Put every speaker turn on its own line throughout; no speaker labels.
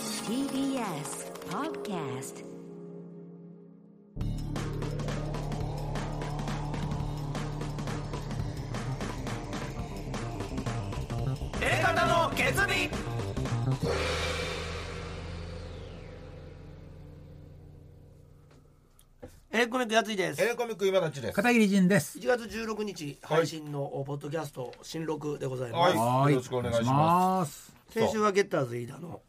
TBS Podcast
方の決意えー、コミックやついです
エレコミック今立ちです。
片桐仁です。
1月16日配信のおポッドキャスト新録でございます、
は
はいい
よろしくお願いします
す。
先週はゲッターズ飯田の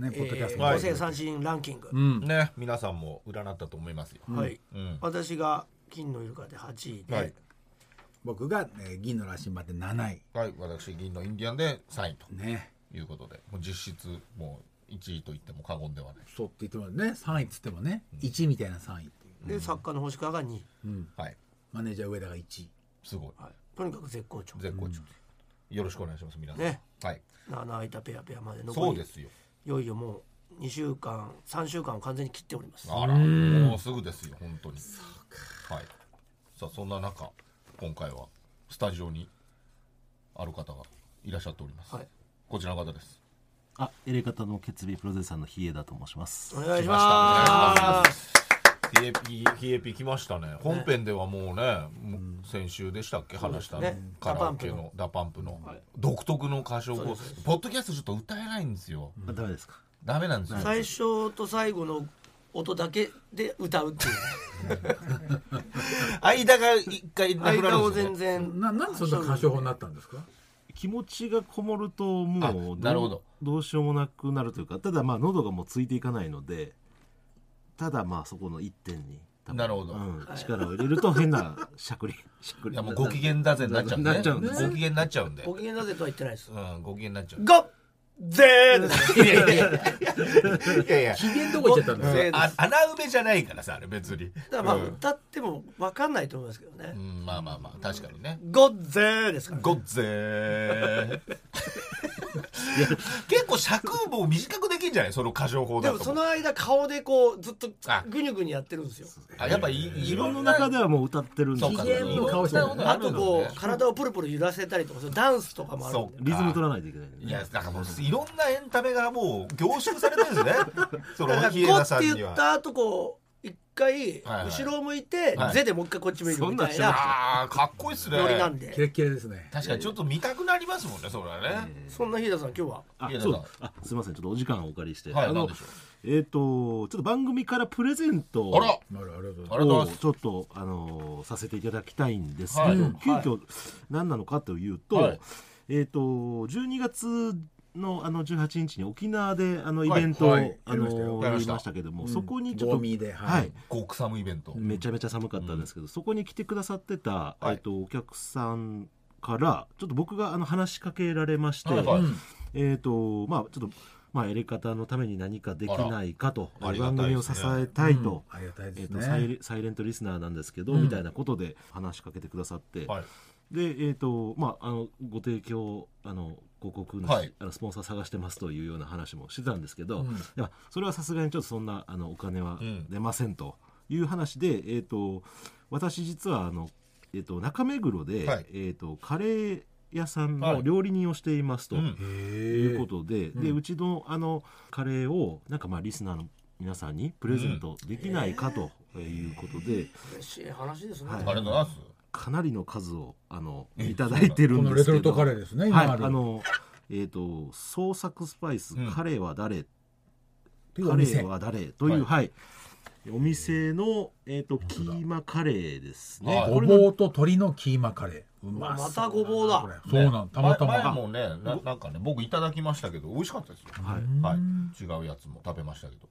ね、ポッドキャスト。
は
個
い
性三振ランキング、
ね、皆さんも占ったと思いますよ。
はい、
うん
私が金のイルカで8位で、
はい。
僕が、えー銀の羅針盤で7位。
はい、私銀のインディアンで3位と
ね。
いうことで、もう実質もう1位と言っても過言ではない。
そうって言ってもね、3位っつってもね、1位みたいな3位っていう。
で作家の星川が2位、
はい。
マネージャー上田が1位。
すごい。
はい、とにかく絶好調
絶好調。よろしくお願いします皆さん。
ね
はい。
な穴開いたペアペアまで
そ
残
う
り
ですよ。
いよいよもう2週間3週間を完全に切っております
あら、もうすぐですよ本当に。はい。さあそんな中今回はスタジオにある方がいらっしゃっております。
はい
こちらの方です。
あ、エレガタの決意プロデューサーの比江田と申します
お。願いし
来ましたお願
ま
いしますヒエピ、ヒエピ来ましたね。本編ではもうね、もう先週でしたっけ、話した、
ね
カラオケの、ダパンプの、独特の歌唱
そう
法
ですそうで。
ポッドキャストちょっと歌えないんですよ。
あ、ダメですか。
ダメなんですよ。
最初と最後の音だけで歌うっていう
間が一回なくな
間
る
を
んですよ
全
ね。
然
な、なんでそんな歌唱法になったんですか
気持ちがこもると、も
あ
う
なるほど
うどうしようもなくなるというか、ただまあ喉がもうついていかないので、ただまあそこの一点に。多分
なるほど
うん力を入れると変なしゃくり、しゃく
い
り。
やもうご機嫌だぜになっちゃうんで、
なっちゃうんで
ご機嫌になっちゃうんで。
ご機嫌だぜとは言ってないです
うん、ご機嫌になっちゃう。
ゴッぜーです
いやいやいやいや。
機嫌どこ行っちゃったんですか
うん
あ穴埋めじゃないからさ、あれ別
だか
に。
らまあ
うん
歌っても分かんないと思いますけどね
うん、まあまあまあ、確かにね。
ゴッゼーですから
ごっぜー結構尺も短くできんじゃないその過剰法
で
だ
も
と
その間顔でこうずっと
あ
ぐにゅぐにやってるんですよ
あやっぱい自
自分の中ではもう歌ってるんで
そ
す
うか
機嫌の顔してる
あとこう体をプルプル揺らせたりとかそのダンスとかもあるん
そ
で
う
リズム取らないといけないんでね
いやだからもういろんなエンタメがもう凝縮されてるんで すねそ
だ
の
から
比江
ゴ
田
ッ
さ
っ
ん
て
に
言っ
は
た後こう一回
はいはい
後ろを向いて
はい
ゼでもう一回こっち向いてみたい
そんな
な
あーかっこいいっすね
ノリなんで
キラッキラですね。
確かにちょっと見たくなりますもんねそれはね、
そんな日田さん今日は
あ
比江田さん
そうだあすいませんちょっとお時間をお借りして、
はい
あ
なん
の
でしょう
えっ、とちょっと番組からプレゼントを
あら
なるほどありがとうござい
あ
ま
りがとうご
を
ざいます
ちょっと、あのーさせていただきたいんですけど、
はい
急遽何なのかというと、
はい
えっ、と12月のあの18日に沖縄であのイベントを、
はい
はい
あ
やりましたよ
の
やり
ーや
まし
り
た
ましたけども、
うん
そこにちょっと、
ゴミでは
はいい
極寒イベント、
めちゃめちゃ寒かったんですけど、そこに来てくださってた、
はい
えっとお客さんからちょっと僕があの話しかけられまして、
はいはい
うん
えっ、とまあちょっと、まあ、やり方のために何かできないかと
あらありがたい
番組を
で
支
すね
えたいと。
うんありがたい
え
で
ー
す
とサイ
ね。
レサイレントリスナーなんですけど、
うん
みたいなことで話しかけてくださって、
はい
で、えーとまあ、あのご提供あの広告の,、
はい
あのスポンサー探してますというような話もしてたんですけど、
うん
ではそれはさすがにちょっとそんなあのお金は
うん
出ませんという話で、えー、と私実はあの、えー、と中目黒で、
はい
えー、とカレー屋さん
は
の
い
料理人をしていますと。
うん
へ
いう
え
こ。とで、で
うん
うちのあのカレーをなんかまあリスナーの皆さんにプレゼントできないかということで、
嬉しい話ですね
は
ありがとうございます
かなりの数をあの
え
いただいてる
こ
ん
の
で
レ
す
ト
け
ル
ど
トカレーですね、
は
今
い
あ
あ
る。
のえっ、と創作スパイス、
うん
カレーは誰
というお
カレ
店
ーは誰というはい、お店のえっ、とキーマカレーですね、
はい
ご
これが
ぼうと鶏のキーマカレー。うまそう
またごぼうだ
これそうなの、たまた
前前
ま。
もねななんかね僕いただきましたけど美味しかったですよ
はい
はい、違うやつも食べましたけど。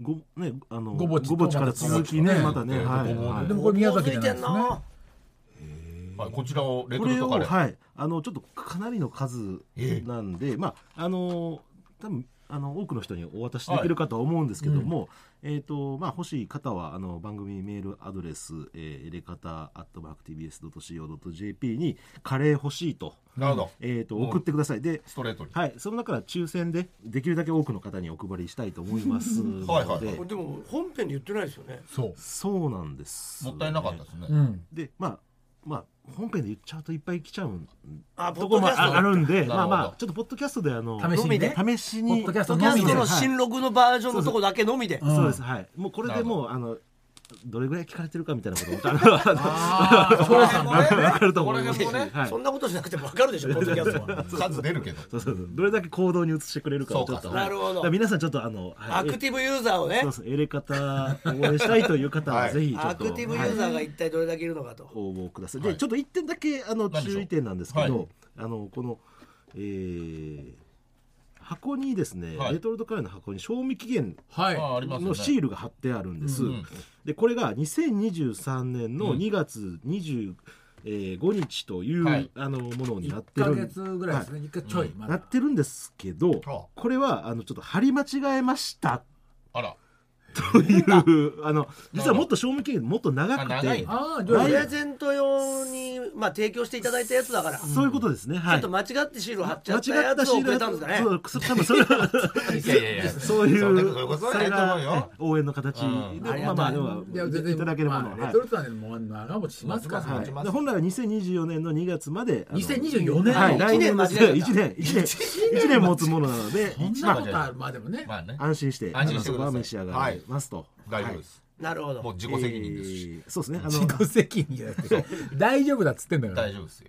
ごねあの
ご
ご
ぼ
ぼ
ちと
ちから続きね
ま
ま
た
た
ね
ねはい、
ごぼう
はい
ね
でもこれ宮崎じゃないですね
お坊主いてんな
はい、こちらをレト
こ
ル
れ
ト
を
カレー。
はいあのちょっとかなりの数
ええ
なんで、まああの多分あの多くの人にお渡しできるかとは思うんですけども、えっ、とまあ欲しい方はあの番組メールアドレス、えー、エレカタアットマーク TBS ドット CO ドット JP にカレー欲しいと
なるほど。
えっ、と
うん
送ってくださいで。
ストレートに。
はい、その中から抽選でできるだけ多くの方にお配りしたいと思います ので、
はいはいはい
これでも本編で言ってないですよね
そう。
そうなんです、
もったいなかったですね。
うん。
でまあまあ、本編で言っちゃうといっぱい来ちゃうん
あ
とこ
ポッドキ
も
ャスト
ああるんで
なるほど
まあまあちょっとポッドキャストであの
試しにね
試しに
ポッドキャス
ポ
ト
ッドキャスト
の
の
みで
新録のバージョンのとこだけのみで
ん
そうですはいもうこれでもうあのどれぐらい聞かれてるかみたいなこと分かる
ああ、そらさんだ。
分かると思いますし
これがもうね
はい
そんなことしなくても分かるでしょポッドキャス トは
数出るけど
そうそうそうどれだけ行動に移してくれるかをちょっ
そ
と
う
かなるほど
だから皆さんちょっとあの、は
アクティブユーザーをね
そうそうエレカタ応援したいという方
は
はいぜひちょっと
アクティブユーザーが一体どれだけいるのかと
応募ください。
は
で
い
ちょっと一点だけあの
何でしょう
注意点なんですけど、
はい
あのこの、えー箱にですね、
はい
レトルトカレーの箱に賞味期限
はい。
あありますよ
の
ね
シールが貼ってあるんです。
うんうん
でこれが2023年の2月25日という、
はい
あのものにな
1
ってる
ヶ
ん
月ぐらいですね。一回ちょい。まだ
なってるんですけど
あ、
これはあのちょっと貼り間違えました
あら
と いうあの実
なるほど
はもっと賞味期限もっと長くて
あ長い
ああ、
プ
どうや
レ
って
ゼント用にまあ提供していただいたやつだからち
そういうことですね、
ょ
は
っ
い
と間違ってシールを貼っちゃ
間違
ったや
った
つ
シ
を
ー
く
ル
れたんですかね
そうそ多分それは
いやいやいや
そういう
そんなことそういうこと
そ
じゃ
れ
ないと思う
が
よ
応援の形で、
うん
まあまあ要はい
や全然
いただけるものを、
まあ
は
レ
い
トルトなんてもう長持ちしますからね。
持
はい
ち
で
ます
本来は2024年の2月まであの
2024年
はい、
一
来
年間
年ま
違え
で
た
1年一年一年持つものなので
そんなことあるまあでもね。
まあね
安心して
安心して
あのそこ
くだ
は
さい
召し上がれますと、
大丈夫です
なるほど
もう自己責任ですし
えーそうですねあ
自
の
己責任じゃなくて大丈夫だっつってんだから
大。丈夫ですよ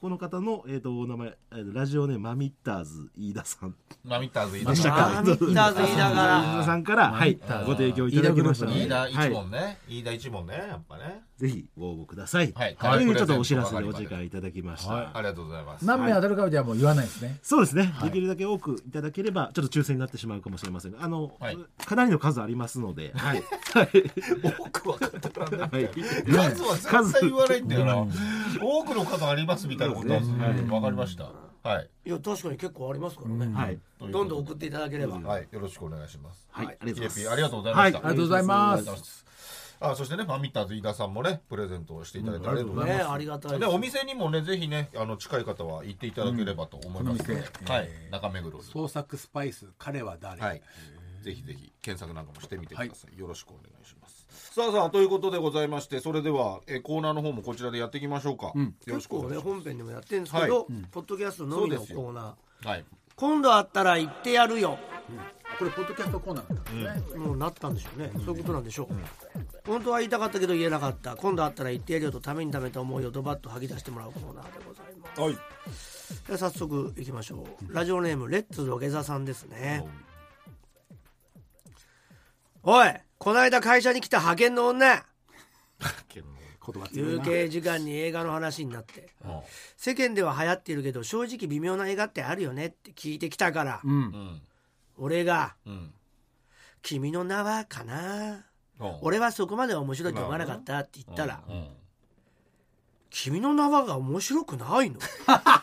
この方の、えー、とお名前えーラジオネームマミッターズ飯田さん
マミッターズいい
でした
かマミッターズ飯田から
飯田さんから、は
マミ
い
ッター、ズ
ご提供いただきましたので
飯田
は
一
い
問ね飯田一問ねやっぱね
ぜひご応募ください。
はい
というちょっとお知らせ
は
で
い
お時間いただきました。
ありがとうございます
何名当たるかはじゃあもう言わないですね。
そうですね、できるだけ多くいただければちょっと抽選になってしまうかもしれませんがあの、
はい
かなりの数ありますので、 はい
多くは語らない
はい、
数は絶対言わないんだよな多くの数ありますみたいなことはわかりましたはい
いや確かに結構ありますからね
はい
どんどん送っていただければ
はいよろしくお願いします
はい、ありがとうございます
ヒデピーありがとうございました
は
ありがとうございま
ありがとうござい
す
ま。すあそしてねファミッターズ飯田さんもねプレゼントをしていただいてありがとうござい
ね
ます
ありがたい
で
で
お
す
店にもねぜひねあの近い方は行っていただければと思いますので、
うんこの店
はい
えー
中目黒に
創作スパイス彼は誰。
はい、ぜひぜひ検索なんかもしてみてください、よろしくお願いしますさあさあということでございましてそれではえコーナーの方もこちらでやっていきましょうか、よろ
結
しくお
構
願い
ね
します、
本編でもやってるんですけどポッドキャストのみの
そう
コ
ですよ
ーナー
はい
今度あったら言ってやるよ
これポッドキャストコーナーだったんですね。
もうなったんでしょうね、そういうことなんでしょう、本当は言いたかったけど言えなかった今度会ったら言ってやるよとためにためた思いをドバッと吐き出してもらうコーナーでございます
はい
では早速いきましょうラジオネームレッツ土下座さんですね、おいこないだ会社に来た派遣の女
言葉強
休
いな。
憩時間に映画の話になって世間では流行ってるけど正直微妙な映画ってあるよねって聞いてきたから、
うんうん
俺が
うん
「君の名は」かな
うん
俺はそこまでは面白いと思わなかったって言ったら
うん
「君の名は」が面白くないの
あ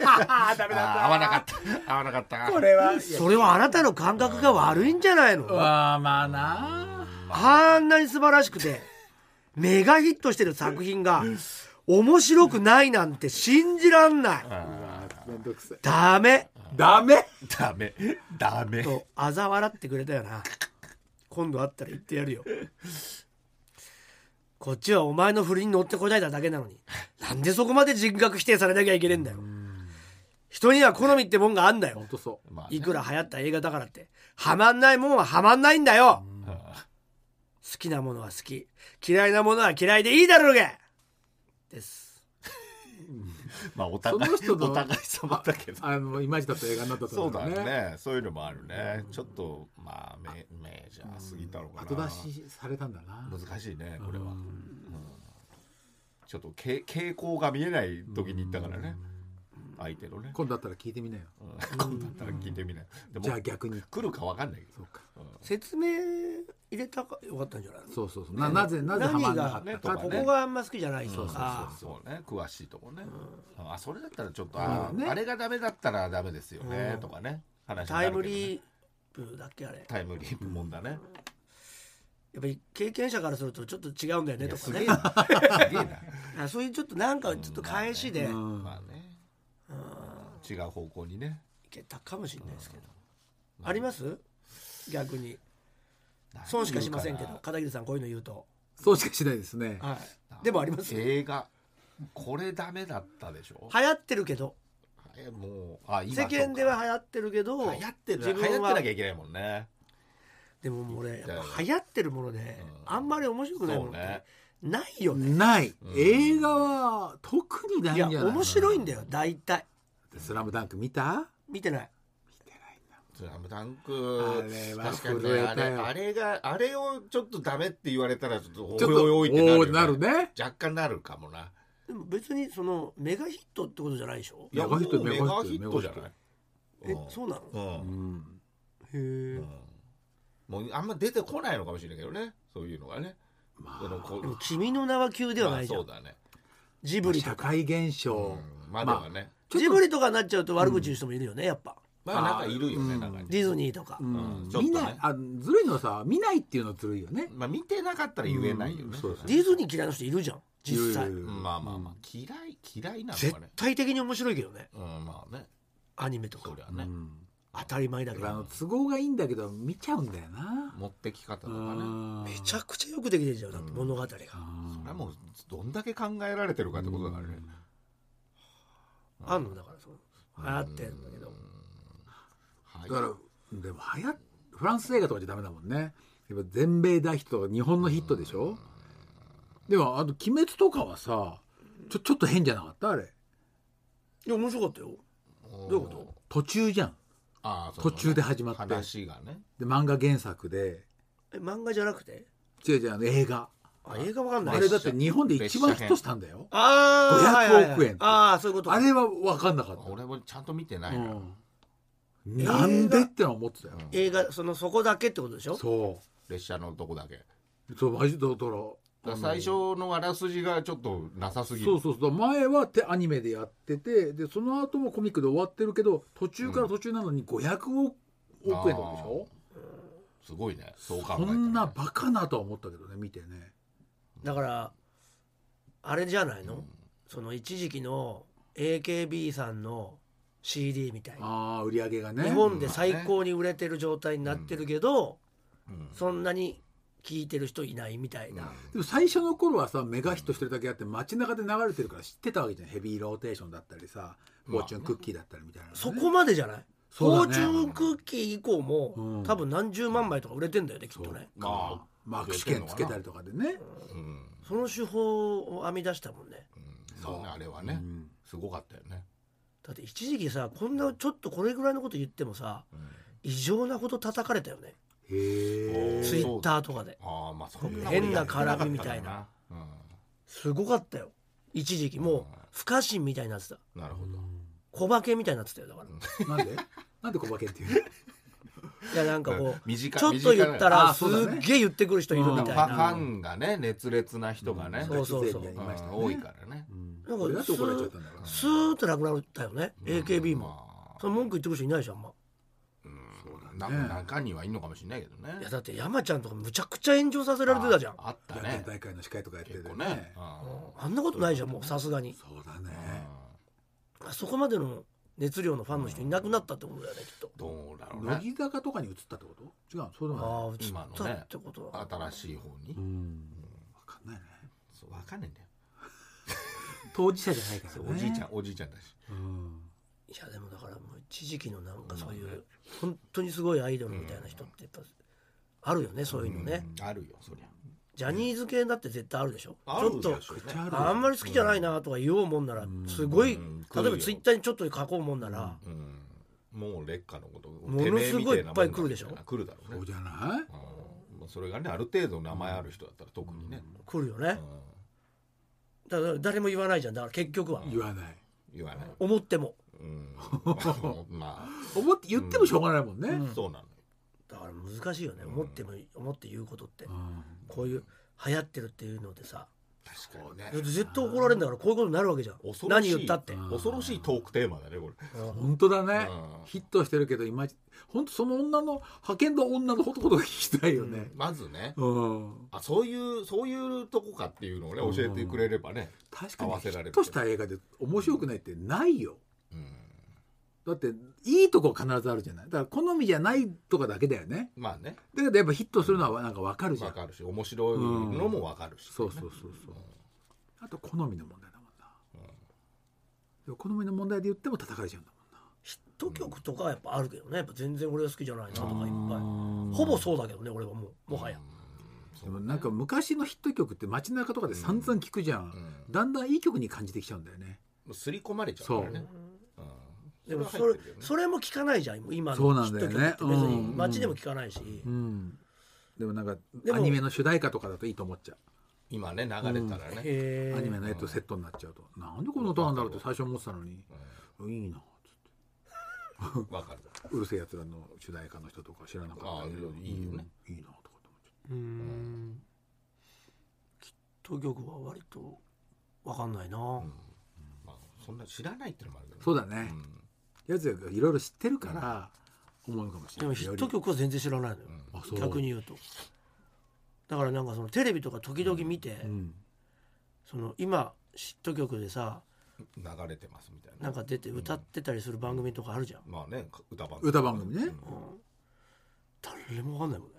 ー合わなかった合わなかった
これは。
それはあなたの感覚が悪いんじゃないの
わあまあなあ。
あんなに素晴らしくてメガヒットしてる作品が面白くないなんて信じらんないダメ
ダメ。
ダメダメ
と嘲笑ってくれたよな今度会ったら言ってやるよこっちはお前の振りに乗ってこないだだけなのになんでそこまで人格否定されなきゃいけねえんだよ人には好みってもんがあんだよ
本当そう。
まあね
いくら流行った映画だからってハマんないもんはハマんないんだよ好きなものは好き嫌いなものは嫌いでいいだろうがです
まあお
そ
互い
の人の
お互い様だけど
あのイマジだった映画になったと
そ
思
うだねそういうのもあるねちょっとまあメメジャーすぎたのかな
後出しされたんだな。
難しいねこれは、うんちょっとけ傾向が見えない時に行ったからね相手のね
今度だったら聞いてみなよ。
うん今度だったら聞いてみないでも
じゃあ逆に。
来るかわかんないけど
そうか。
説明入れたかよかったんじゃないの
そうそうそう。ななぜなぜハマんなかったか
何が
こ
っ
ね
て
こがあんま好きじゃないと
そうそう
か
そうそうね詳しいとこね、あそれだったらちょっとあ,、
うんね
あれがダメだったらダメですよね、
うん
とかね話にな
タイ
るけど
ム
ね
リープだっけあれ
タイムリープもんだ ね
やっぱり経験者からするとちょっと違うんだよね
いや
とか
すげ
ね
えなすげえな
あそういうちょっとなんかちょっと返しでい
まあね、違う方向にね
けたかもしれないですけどあります逆に損しかしませんけど片桐さんこういうの言うと
そうしかしないですね。
はいでもあります
映画これダメだったでしょ
流行ってるけど
えもうあ今
世間では流行ってるけ
そ
ど
うか流行ってる
自
流行
分
って
は
なきゃいけないもんね
でももう俺やっぱ流行ってるものね
うん
あんまり面白くないものっ
そうね
てないよね
ない、
うん
映画は特にないん
い
じゃ
や
ない
面白いんだよ大体
スラムダンク見た
見てない
スラムダンク
あれは
確かに
震
ね
え
あれ
たよ
あれがあれをちょっとダメって言われたらちょっとおい
ちょっと
おいおいってなる,、
おーなるね
若干なるかもな
でも別にそのメガヒットってことじゃないでしょ
いや
メガヒット
もうメ
メ
ガ
ガ
ヒ
ヒット
ットじゃない
え
うん
そうなの
う
うんん
へえ
もうあんま出てこないのかもしれないけどねそういうのがね、
ま
その
あ
こ
でも君の名は急ではないじゃ
まあ
ん
そうだね、
ジブリと
社
か
会現
う
象、
ん、まあではね、
ジブリとかになっちゃうと悪口言う人もいるよねやっぱ
まあなんかいるよね、
うん
中に
ディズニーとか
うん
うんちょっと
見
ね
ないあずるいのはさ見ないっていうのずるいよね
まあ見てなかったら言えないよ
う
ね
ん、そうそう
ディズニー嫌いな人いるじゃん実際
いろいろ
うんまあまあまあ嫌い嫌いなの
絶
かね
対的に面白いけどね
うんまあね
アニメとか
そりゃね、
うん
当たり前だけ
あ
ど
の都合がいいんだけど見ちゃうんだよな
持ってき方とかね
め
めちゃくちゃよくできてるじゃんだって物語が
それはもうどんだけ考えられてるかってことだからね、
あんのだからその流行ってんだけど
はい
だからでも流行っフランス映画とかじゃダメだもんねやっぱ全米大ヒット日本のヒットでしょでもあの「鬼滅」とかはさちょちょっと変じゃなかったあれ
いや面白かったよ
ど
どういうこと
途中じゃん
ああ
途中で始まって
話がね
で漫画原作で
え漫画じゃなくて
違う違うあの映画
あ映画わかんない
あれだって日本で一番ヒットしたんだよ
ああ
500億円
ああそういうこと
あれは分かんなかった
俺もちゃんと見てないな、
うんなんでってのは思ってたよ、
映画そのそこだけってことでしょ
そ
列車のとこだけ
うそうマジでだか
だ
ら
から最初のあらすじがちょっとなさすぎる
そうそうそう前はてアニメでやっててでその後もコミックで終わってるけど途中から途中なのに500億円とかでしょ、
すごいねそう考えた
そ
らね
んなバカなとは思ったけどね見てね
だからあれじゃないの、その一時期の AKB さんの CD みたいな
ああ売り上げがね
日本で最高に売れてる状態になってるけど、そんなに聴いてる人いないみたいな、
でも最初の頃はさメガヒットしてるだけあって街中で流れてるから知ってたわけじゃんヘビーローテーションだったりさフォーチュンクッキーだったりみたいなのね、
そこまでじゃない、フ
そう
ォ
だ
ー
ね
チュンクッキー以降も、
うん
多分何十万枚とか売れてんだよねきっとね
まあ
まあ握手券つけたりとかでね
うん
その手法を編み出したもんね
そうねあれはね、
うん
すごかったよね
だって一時期さこんなちょっとこれぐらいのこと言ってもさ、異常なほど叩かれたよね
へえ
ツイッターとかで
ああまあそんな
変な絡みみたいな
うん
すごかったよ一時期もう不可侵みたいになってた
なるほど
小化けみたいになってたよだから、
なんでなんで小馬券っていう
いやなんかこう
身近
ちょっと言った
身近な
ら
あ
す
そうだね
っげえ言ってくる人いるみた
ファ
い
フ
な
ァンがね熱烈な人がね、
そうそうそう
ガチ勢みたいなのいました
うん多いからね、
なん
俺
か
だって
ス
怒られちゃったんだか
ー
ら
スーッとなくなったよね AKB も
まあ
その文句言ってくる人いないじゃんあんま
な中にはいいのかもしれないけどね
いやだって山ちゃんとかむちゃくちゃ炎上させられてたじゃん
あった
野
ね
球大会の司会とかやってて
結構
ね
ね、
あんなことないじゃんもうさすがに
そうだね
あそこまでの熱量のファンの人いなくなったってことだよねきっと
うんどうだろう
乃
ね
木坂とかに移ったってこと違うそうでもない
ああ映ったってことは
新しい方に、
分かんないね
そうわかんないんだよ、
当事者じゃないからね
おじいちゃんおじいちゃんだし
いやでもだからもう一時期のなんかそういう本当にすごいアイドルみたいな人ってやっぱあるよねそういうのね
あるよそりゃ
ジャニーズ系だって絶対あるでしょち
ある
ょっ
でし
と
ょ
ある
あんまり好きじゃないなとか言おうもんならすごい
来
例
る
え
よ
ばツイッターにちょっと書こうもんなら
もう劣化のことも
のすごいいっぱい来るでしょ
来るだろう
そ
ね
うじゃない
うんまあそれがねある程度名前ある人だったら特にね、
来るよね
うん
だから誰も言わないじゃんだから結局は
言わない
言わない、
思っても
うんま
思って言ってもしょうがないもんね、
あそうなのよ
だから難しいよね思っても思って言うことってこういう流行ってるっていうのでさ
確かにね
だって絶対怒られるんだからこういうことになるわけじゃん
恐ろし
何
い
言ったって
恐ろしいトークテーマだねこれ
本当だね、
うん
ヒットしてるけどいまいち本当その女の派遣の女のことが聞きたいよね
まずね
うん、
あそういうそういうとこかっていうのをね教えてくれればね、
確か
合
に
わ
ヒ
せられる
ットした映画で面白くないってないよ、
うん
だっていいとこ必ずあるじゃないだから好みじゃないとかだけだよね
まあね
だけどやっぱヒットするのはなんか分かるじゃん、
わかるし面白いのもわかるし、
そうそうそうそうあと好みの問題だもんな好みの問題で言っても叩かれちゃうんだもんな
ヒット曲とかはやっぱあるけどねやっぱ全然俺が好きじゃないなとかいっぱいほぼそうだけどね俺はもうもはや
でもなんか昔のヒット曲って街中とかで散々聞くじゃん、
う
だんだんいい曲に感じてきちゃうんだよね
もう刷り込まれちゃうからねうん
でもそ
は入っ
れ
てるよね
それも聞かないじゃん今
そう
の
な
ヒ
ん
ッ
だ
ト曲っ
よね
て別
う
に
ん
街でも聞かないし
うんでもなんか
でも
アニメの主題歌とかだといいと思っちゃう
今ね流れたらね、
へ
アニメ
ー
の絵とセットになっちゃうと、なんでこの歌なんだろうって最初思ってたのに、いいなっつって
わかる
うるせえやつらの主題歌の人とか知らなかったけど
あーいいよね
うんいいなとかと思っちゃ
うーんヒット曲は割とわかんないな、
まあ、そんな知らないってのもあるけど
うそうだね、やつがいろいろ知ってるから思うかもし
で
れな
も
い
ヒット曲は全然知らないのよ、
あそう
逆に言うとだからなんかそのテレビとか時々見て、
うん
その今ヒット曲でさ
流れてますみたいな
なんか出て歌ってたりする番組とかあるじゃん、
まあね歌番
歌番組ね
誰もわかんないもんね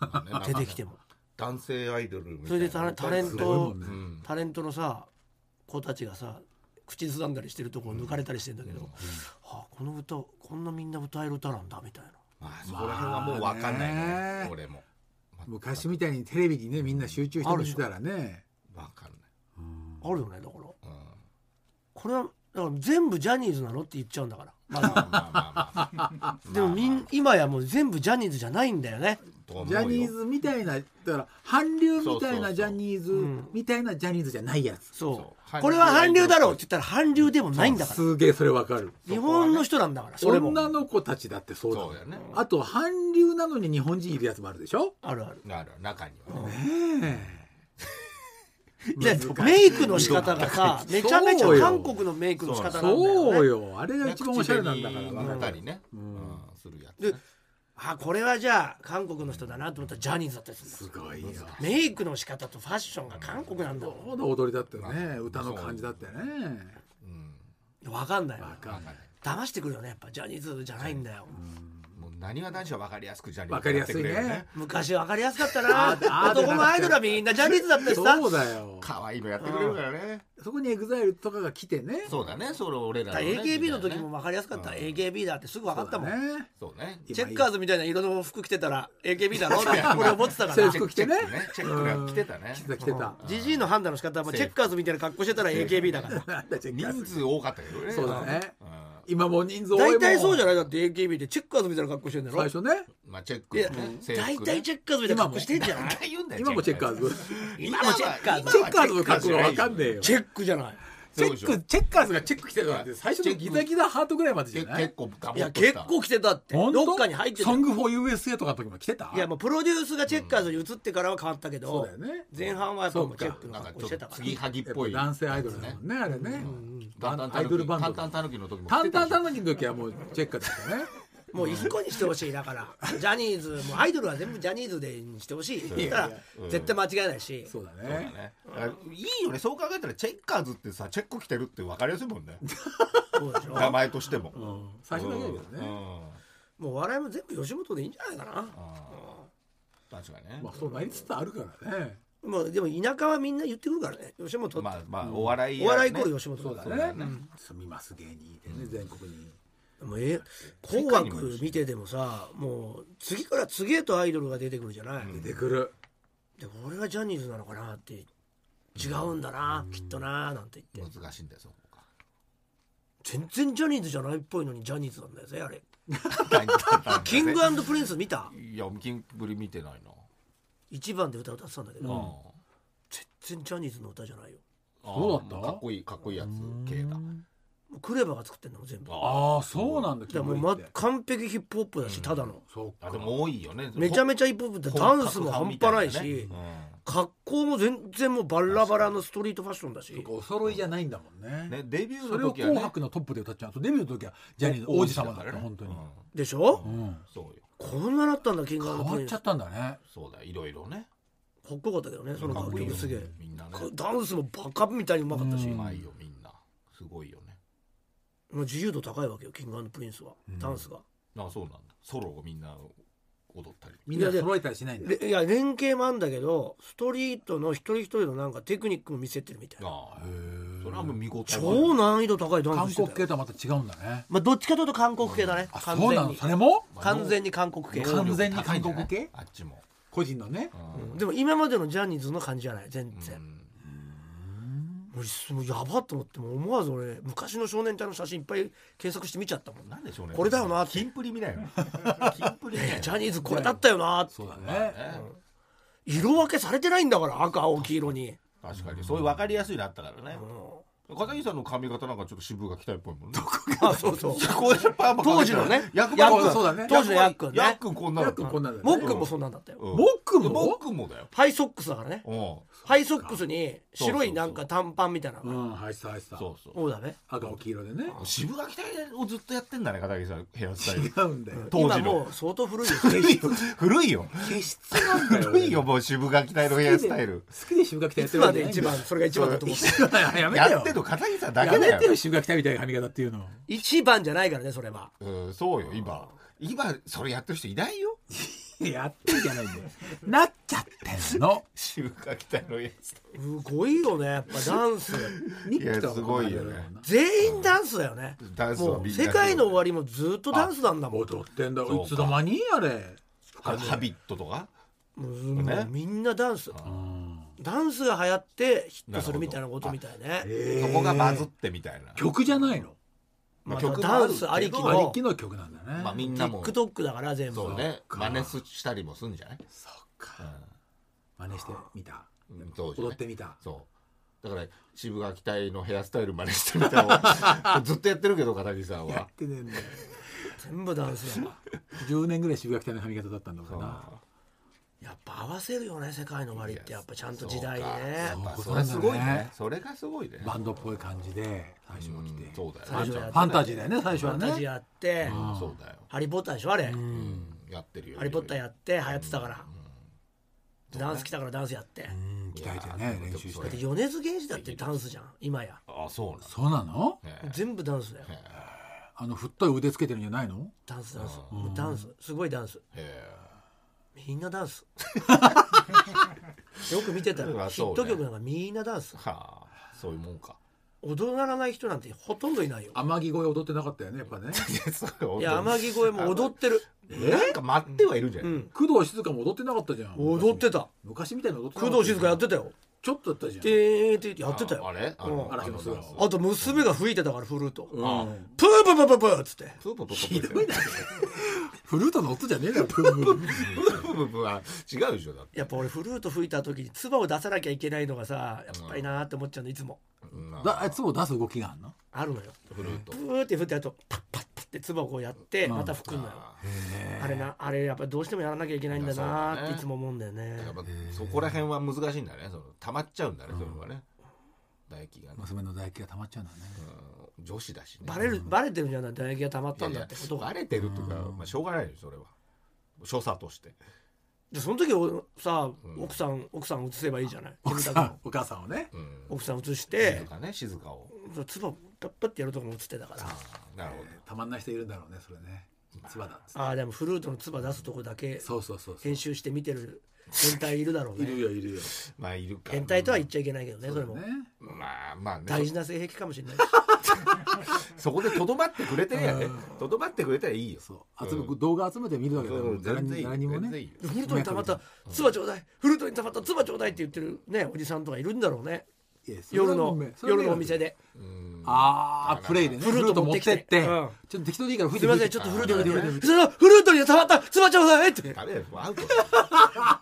まあね
出てきても
男性アイドル
そ
みたい
れ
な
でタレタレン
すごいも
ト
んね
うん
タレントのさ子たちがさ口ずさんだりしてるとこを抜かれたりしてんだけど、あこの歌こんなみんな歌える歌なんだみたいな
まあそこら辺はもう分かんないね,、
まあね
俺も
昔みたいにテレビにねみんな集中して見てたらね
分かんな
あるよねだから
い、うん、
これはだから全部ジャニーズなのって言っちゃうんだからまず
まあまあまあまあ
でもみん今やもう全部ジャニーズじゃないんだよね
と思う
ジ
よ
ャニーズみたいなだから韓流みた
そうそ
いう
そ
な
う
ジャニーズみたいなジャニーズじゃないやつ
そう
そう
これは韓流だろうって言ったら韓流でもないんだから
すげえそれわかる
日本の人なんだからそれも
女の子たちだってそうだ
そ
も
うんだよね
あと韓流なのに日本人いるやつもあるでしょ
あるある
なる中にはね
でメイクの仕方がさめちゃめちゃ
そうよ
韓国のメイクの仕方なんだよ、ね、
そうよあれが一番おしゃれなんだから
塗ったり
ね
ね、うんするやつ、
であこれはじゃあ韓国の人だなと思ったらジャニーズだったりするんだ
すごいよ
メイクの仕方とファッションが韓国なんだも
そうだ踊りだってね
まあ
歌の感じだってね
うん、
んわかんないよ
わかんない
騙してくるよねやっぱジャニーズじゃないんだよ
もうなにわ男子は分かりやすくジャニーズ
わかりやすい
やってくれる
ね
昔わかりやすかったな
ああ
男のアイドルはみんなジャニーズだったしさ
そうだよ
可愛いのやってくれるからね
そこにエグザイルとかが来てね
そうだねそれ俺ら
だから
の、ね、
AKB の時も
み
分かりやすかった、
うん
AKB だってすぐ分かったもん、
そうだね
たいなねそうね
チェッカーズみたいな色の服着てたら AKB だろって俺思ってたか
制
ら
服着てね
チェックが着てたね
来てた来てた
ジジイの判断の仕方はもうチェッカーズみたいな格好してたら AKB だから
なんだチェッカー
人
ズ
数多かったけどね
そうだね
うん
今もう人数多いも
大
ん
体そうじゃないだって AKB でチェッカーズみたいな格好してんだろ
最初ね
まあチェック
いや
のね制服ね
大体チェッカーズみたいな格好してんじゃない
大体言うんだよ
今もチェッカーズ
今もチェッカーズ
チェッカーズの格好がわかんねえよ
チェックじゃない
チェックチェッカーズがチェック着てたのって最初のギザギザハートぐらいまでじゃ
結
ない
構ガ
い
ボ
や
ッと
結
した
構着てたって
本当
どっかに入ってた
ソ
よ
ングフォー USA とかの時も来てた
いやもうプロデュースがチェッカーズに移ってからは変わったけ
そ
ど
うだよね
前半はやっぱもうチェックの
なんか
格
ち
好
ょ
して
ったと
か
継
ら
ぎはぎっ
やっ
ぽ
ぱ
い
男性アイドルだもんねあれね
だんだん
アイドルバン
タ
ド
ンタンタヌキの時も
タンタンタ
ン
ヌキの時はもうチェッカーズだ ったね
もう一個にしてほしいだからジャニーズもうアイドルは全部ジャニーズでにしてほしい言ったら絶対間違いないし
そうだ
そうだ
ね
ねだからいいよねそう考えたらチェッカーズってさチェック着てるって分かりやすいもんね
そうでしょ
名前としても
最初だけだけど
う
ね
ん
もう笑いも全部吉本でいいんじゃないかな
確かにね
まあそうなりつつあるからね
もうでも田舎はみんな言ってくるからね吉本って、
まあまあお笑い
お
やね
笑いイコール吉本だから
そうだね住みます芸人でね全国に
もうえ紅白見ててもさもう次から次へとアイドルが出てくるじゃない、
出てくる
で俺はジャニーズなのかなって違うんだな、きっとななんて言って
難しいんだよそこが
全然ジャニーズじゃないっぽいのにジャニーズなんだよぜあれキ
キ
ングプリンス見た
いやキングぶり見てないな
1番で歌歌ってたんだけど、
うん
全然ジャニーズの歌じゃないよ
あ
そうだった
もかっこいいかっこいいやつ系だ
もうクレバが作ってんのも全部だか
ああそうなんだ
らもう、
君
ま
って、
完璧ヒップホップだし、ただの
そう
あ
か
でも多いよね
めちゃめ
ち
ちゃヒップホップってダンスも半端ないし、格好も全然もうバラバラのストリートファッションだし
お揃いじゃないんだもんね
ねデビュー
それ
の
を「
時はね
紅白」のトップで歌っちゃうとデビューの時はジャニーズ王子様だった
ね
本当に
うん
でしょ、
うん
そうよ
こんななったんだキング
変
プ
わ
リ
っ
ンス
ちゃったんだね
そうだいろいろね
かっこよかったけどねその楽曲すげえ
かっこいいよみんなね
ダンスもバカみたいにうまかったし、
う
も
まいよみんなすごいよね
う自由度高いわけよキングプリンスはダンスが、
あそうなんだソロをみんな踊ったり
みんな揃えたりしないんだ。
でいや連携もあんだけどストリートの一人一人のなんかテクニックも見せてるみたいな
ああそれはもう見事
超難易度高いダン
韓
スして
国
たよ
系とはまた違うんだね。
まあどっちかというと韓国系だね
あ、
完
そうな
全
の
に
それも
完全に韓国系
韓完全に韓国系
能力高いんじゃないあっちも
個人のね。
うんでも今までのジャニーズの感じじゃない全然もうもうやばと思ってもう思わず俺昔の少年隊の写真いっぱい検索して見ちゃったもんな
なんでしょうね
これだよなって
キンプリみた いなキンプリみたいない
やジャニーズこれだったよなって
そうだね。
色分けされてないんだから赤青黄色に
確かにそういう分かりやすいのあったからね片桐さんの髪型なんかちょっと渋がきたいっぽいもんね
あそうそう
こういうパーマ
当時のね
役
ヤ
場
ック
も
ンそうだね
当時のヤックンね
ヤックンこんな
ヤ
の
ックンこんなんだよね
モックンもそんなんだったよ
うん
モックンも
モックンもだよ
ハイソックスだからね
うん
ハイソックスに白いなんか短パンみたいなの
うん、入ってた入ってた。
そうそう
そうだね
赤を黄色でね。
渋がきたいをずっとやってんだね片桐さんヘアスタイ
違
ル
うんだよ。
当
今
時
も
の
う相当古いですよ
古いよ
気質なんだよ。
古いよもう渋がきたいのヘアスタイル
好きで修学期や
い
って
つ
る
ま
わけ
で一番それが一番だと 思って
一番やめてよ。
やってるの片桐さんだ
や
けだ
め
よ
てよ、修学期みたいな髪型っていうの。
一番じゃないからねそれは
うんそうよ今今それやってる人いないよ
やってるじゃないんだよ。なっちゃってんの。
渋がきたいのヘアスタイ
すごいよねやっぱダンス
ニッ
いや
キとかも
すごいよね
考えられるもんな
全員ダンスだよね
ルダンスは
も
み
うん
な
世界の終わりもずっとダンスなんだもん
踊ってんだ。
そう
い
か
つの間にあれ。
ハハビットとか
もうもう
ね
みんなダンス
うん
ダンスが流行ってヒットするみたいなことみたいね
そこがバズってみたいな
曲じゃないの。
まあ
曲もあ
ダ
る
ンスありき
そう
あり
の
きの曲なんだね。
まあみんなも
TikTok だから全部
そうね真似したりもするんじゃない
そっか。真似してみた。
うん当時ね
踊ってみた。
そうだから渋垣隊のヘアスタイル真似してみたを ずっとやってるけど片桐さん
や
は
ってねえんだよ。
全部ダンスだわ
10年ぐらい渋谷北の髪型だったんだからな。
やっぱ合わせるよね世界の終わりってやっぱちゃんと時代ね
そうかやっぱ
そう
それすごい
そうだ
ね
ね
それがすごいね
バンドっぽい感じで最初は来
うん
て。
そうだよね
最初や
フ
っ
ァンタジーだよね、最初
ファ
は
ンタジー
ね。
やって
そうだよ
ハリー・ポッターでしょあれ
うんやってるよ
ハリー・ポッターやって流行ってたからダンス来たからダンスやって
うん鍛えてね、練習し
で
て。
米津玄師だってダンスじゃん今や
あそうなんだ
そうなの
ね
全部ダンスだよ
あの、太い腕つけてるんじゃないの
ダンスダンスもうダンスすごいダンス
へえ
みんなダン スよく見てた
それ
ら
は
ヒ
そうね
ット曲なんかみんなダンス
はあそういうもんか
踊らない人なんてほとんどいないよ
天城越え踊ってなかったよね、やっぱね。
い
いや天城越えも踊ってる
なんか待ってはいるんじゃない、
うん
工藤静香も踊ってなかったじゃん。
踊ってた
昔みたいに踊ってな
工
か
藤静香やってたよ
ちょっとやったじゃん。
てーてーってやってた
ああ
よ
れあの
うん
嵐の素顔
あ
あと娘が吹いてたからフルートプー
うん
プープープープーっつって
プープープープープー
フルートの音じゃねえだろ、ブンブン
プープープープーは違うでしょだって
やっぱ俺フルート吹いた時に唾を出さなきゃいけないのがさやっぱりなーって思っちゃうのいつも
うん
だ、あいつも出す動きがあんの
あるのよ
フルート
プーって振ってやるとパッパッパッって唾をこうやって
ん
また吹くのよ
あ
あれなあれやっぱどうしてもやらなきゃいけないんだなーっていつも思うんだよね
ーやっぱそこら辺は難しいんだねその溜まっちゃうんだねそれはね唾液がね
娘の唾液が溜まっちゃうんだね。
うん女子だしね
バレるバレてるんじゃない唾液が溜まっ
い
た
や
ん
い
だっ
や
てことが
バレてるとかまあしょうがないよそれは所作として
でその時おさ奥さん奥さん移せばいいじゃない
奥
キ
さ
ムタク
ん
の、
お母さんをね。
うん
奥さん移し
静
て
かね静かを
唾をパッパってやるとこも移ってたから
なるほ
たまんない人いるんだろうね、それね。つばだっつって。
ああでもフルートの唾出すとこだけ
そうそうそうそう。
編集して見てる変態いるだろう
いる
ね
よ、いるよ。
どまあいるか
変態とは言っちゃいけないけどねそれも
ね。
まあまあね
大事な性癖かもしれないし
そこでとどまってくれてりゃねとどまってくれたらいいよ
そう。集め、動画集めて見るだけ
そ
だから
う
誰
全然い
に
い
誰にも
全然いい
ね
よ。
フルートに溜まった唾ちょうだいフルートに溜まった唾ちょうだいって言ってるねおじさんとかいるんだろうね
いやそれは
夜の
もうそれは
夜のお店で
ああプレイでね
フ
フ
ル
ル
ート
ート
持
持
っ
ってて
き
ってて
うん
ちょっと適当でいいから吹い
す
て
いませんちょっとフルート
吹いて吹い
に
て
そのフルートに溜まった唾ちょうだいって
ダメだよアウトだよ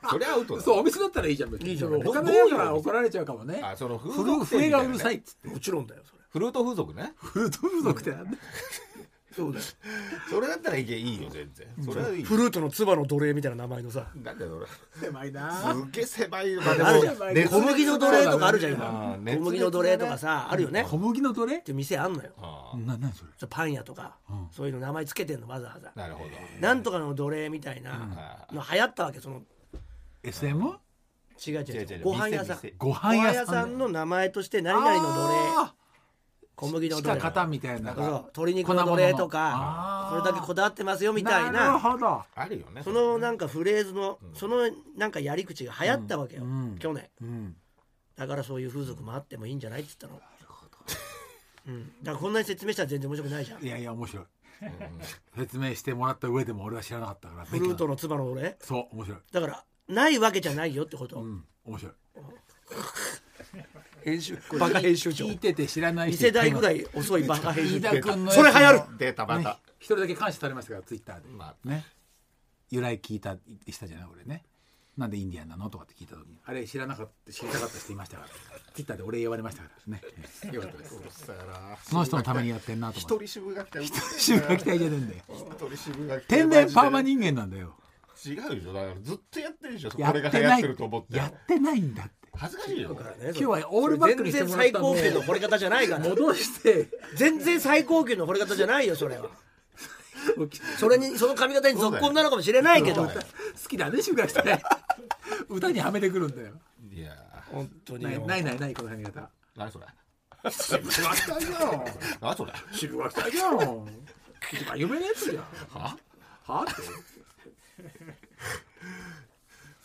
それはアウトだよ
そうお店だったらいいじゃん別に
いいじゃん
他の人が怒られちゃうかもね
あその風
フル
俗
笛がうる
みた
さ
い
い
なね
っつって
もちろんだよそれ
フルート風俗ね
フルート風俗ってなんだよ
そうだよ
それだったらいけいいよ全然それはい い
フルートの唾の奴隷みたいな名前のさ
なんだよ俺
狭いな
すっげえ狭いまあで
あるじ
も
ゃん
熱
小麦の奴隷とかあるじゃん
あ
今
ー熱烈だね
小麦の奴隷とかさあるよね
小麦の奴隷
って店あんのよ
あ
な何それ
そうパン屋とかそういうの名前つけてんのわざわざ
ーなるほど
なんとかの奴隷みたいなの流行ったわけその
SM
違う違う
違う違
違う
う
ご飯屋さん
店店
ご
ご飯
飯
屋
屋
さ
さ
ん
ん
の名前として何々の奴隷
あ
小麦の
し
ど
た
れ
型みたいな
そう鶏肉のどれとか
あ
こ
ー
れだけこだわってますよみたい
なる
な
ほど
あるよね
そのなんかフレーズのそのなんかやり口が流行ったわけよ
うん
去年
うん
だからそういう風俗もあってもいいんじゃないって言ったのうんだからこんなに説明したら全然面白くないじゃん
いやいや面白い説明してもらった上でも俺は知らなかったから
フルートの妻の俺
そう面白い
だからないわけじゃないよってこと、
うん面白い
編集バカ編集長
聞いてて知らない
2
人
世代ぐらい遅いバカ編集
飯
長
田君の
それ流行る
データバ
ね
タ、
一人だけ感謝されましたからツイッターで、
ま
ね由来聞いたしたじゃない俺ねなんでインディアンなのとかって聞いた時にあれ知らなかった知りたかった人いましたからツイッターで俺言われましたからねよかったですその人のためにやってんなと
一
思っ
人渋垣隊一
て渋垣隊じゃねえんだよ
人渋垣隊
天然パーマ
に
人間なんだよ
違うでしょだからずっとやってるでしょこ
やっ
れが
て
流
な
行っ
い
てると思って
やってないんだって
恥ずかしいよ
今
今日はオールバックにしてもらったん
全然最高級
で
の惚れ方じゃないから
戻して
全然最高級の惚れ 方じゃないよそれはそれにその髪型に続婚なのかもしれないけど
そうだよ
好きだね渋垣隊歌にはめてくるんだよ
いや
本当に
な
よ
いないないないこの髪型
ー何それ
渋垣隊じゃん
何それ
渋垣隊じゃん一番有名なやつじゃん
は
はって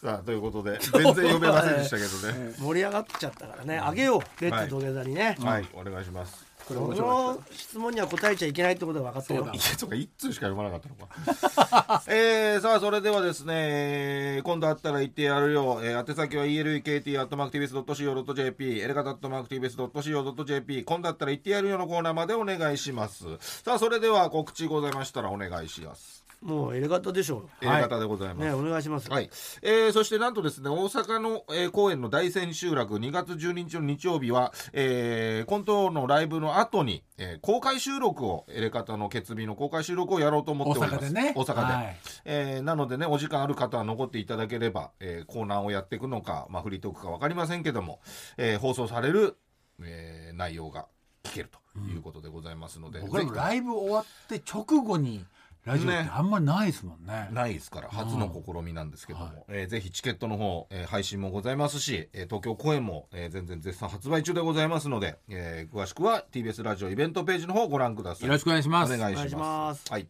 さあということで全然読めませんでしたけど ね
盛り上がっちゃったからねあげようレッツ土下座にね、
はいお願いします
この質問には答えちゃいけないってことが分かったよ
そう
いやそうか一通しか読まなかったのか えー、さあそれではですねえー今度あったら言ってやるよ、えー、宛先は elekt.mactvs.co.jp エレガタ .mactvs.co.jp 今度あったら言ってやるよのコーナーまでお願いしますさあそれでは告知ございましたらお願いします、
もうエレガントでしょう
エレガタでございます、
ねお願いします、
はい、えーそしてなんとですね大阪の、えー公演の大千秋楽2月12日の日曜日は、えーコントのライブの後に、えー公開収録をエレカタの決備の公開収録をやろうと思っております
大阪でね
大阪で、
はい
えーなのでねお時間ある方は残っていただければ、えーコーナーをやっていくのか、まあ、フリートークか分かりませんけども、えー放送される、えー内容が聞けるということでございますので、
僕ら
ぜ
も
ひ
ライブ終わって直後にラジオってあんまりないですもんね
ないですから初の試みなんですけども、
はい
えーぜひチケットの方、えー配信もございますし、えー東京公演も、えー全然絶賛発売中でございますので、えー詳しくは TBS ラジオイベントページの方をご覧ください
よろしくお願いします
お願いします
お願いします
はい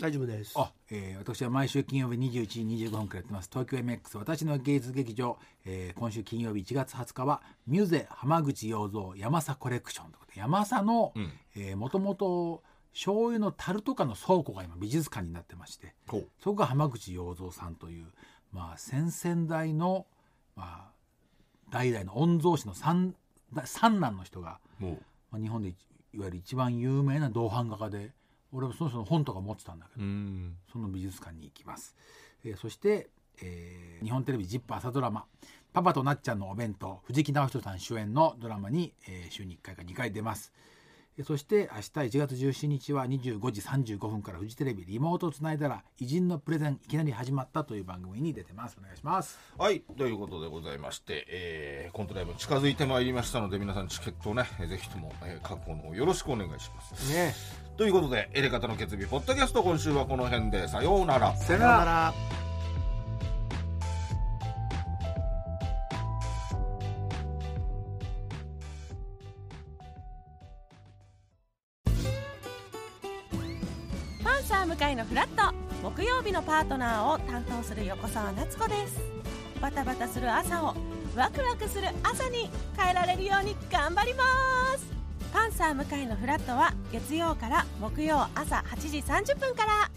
大丈夫です
あ、えー私は毎週金曜日21時25分からやってます東京 MX 私の芸術劇場、えー今週金曜日1月20日はミュゼ浜口洋三山佐コレクションということで山佐の
うん
もともと醤油の樽とかの倉庫が今美術館になってまして
ほう
そこが浜口洋三さんという、まあ、先々代の、まあ、代々の御曹司の三三男の人が、
も
まあ、日本でいいわゆる一番有名な銅版画家で俺もその人の本とか持ってたんだけど
ううーん
その美術館に行きます、えーそして、えー日本テレビ ZIP 朝ドラマ「パパとなっちゃんのお弁当」藤木直人さん主演のドラマに、えー週に1回か2回出ますえーそして明日1月17日は25時35分からフジテレビリモートをつないだら偉人のプレゼンいきなり始まったという番組に出てますお願いします
はいということでございまして、えーコントライブ近づいてまいりましたので皆さんチケットをねえーぜひとも、えー確保の方よろしくお願いします
ね
ということでエレカタの決意ポッドキャスト今週はこの辺でさようなら
さよ
さよなら
パンサー向かいのフラット木曜日のパートナーを担当する横澤夏子ですバタバタする朝をワクワクする朝に変えられるように頑張りますパンサー向かいのフラットは月曜から木曜朝8時30分から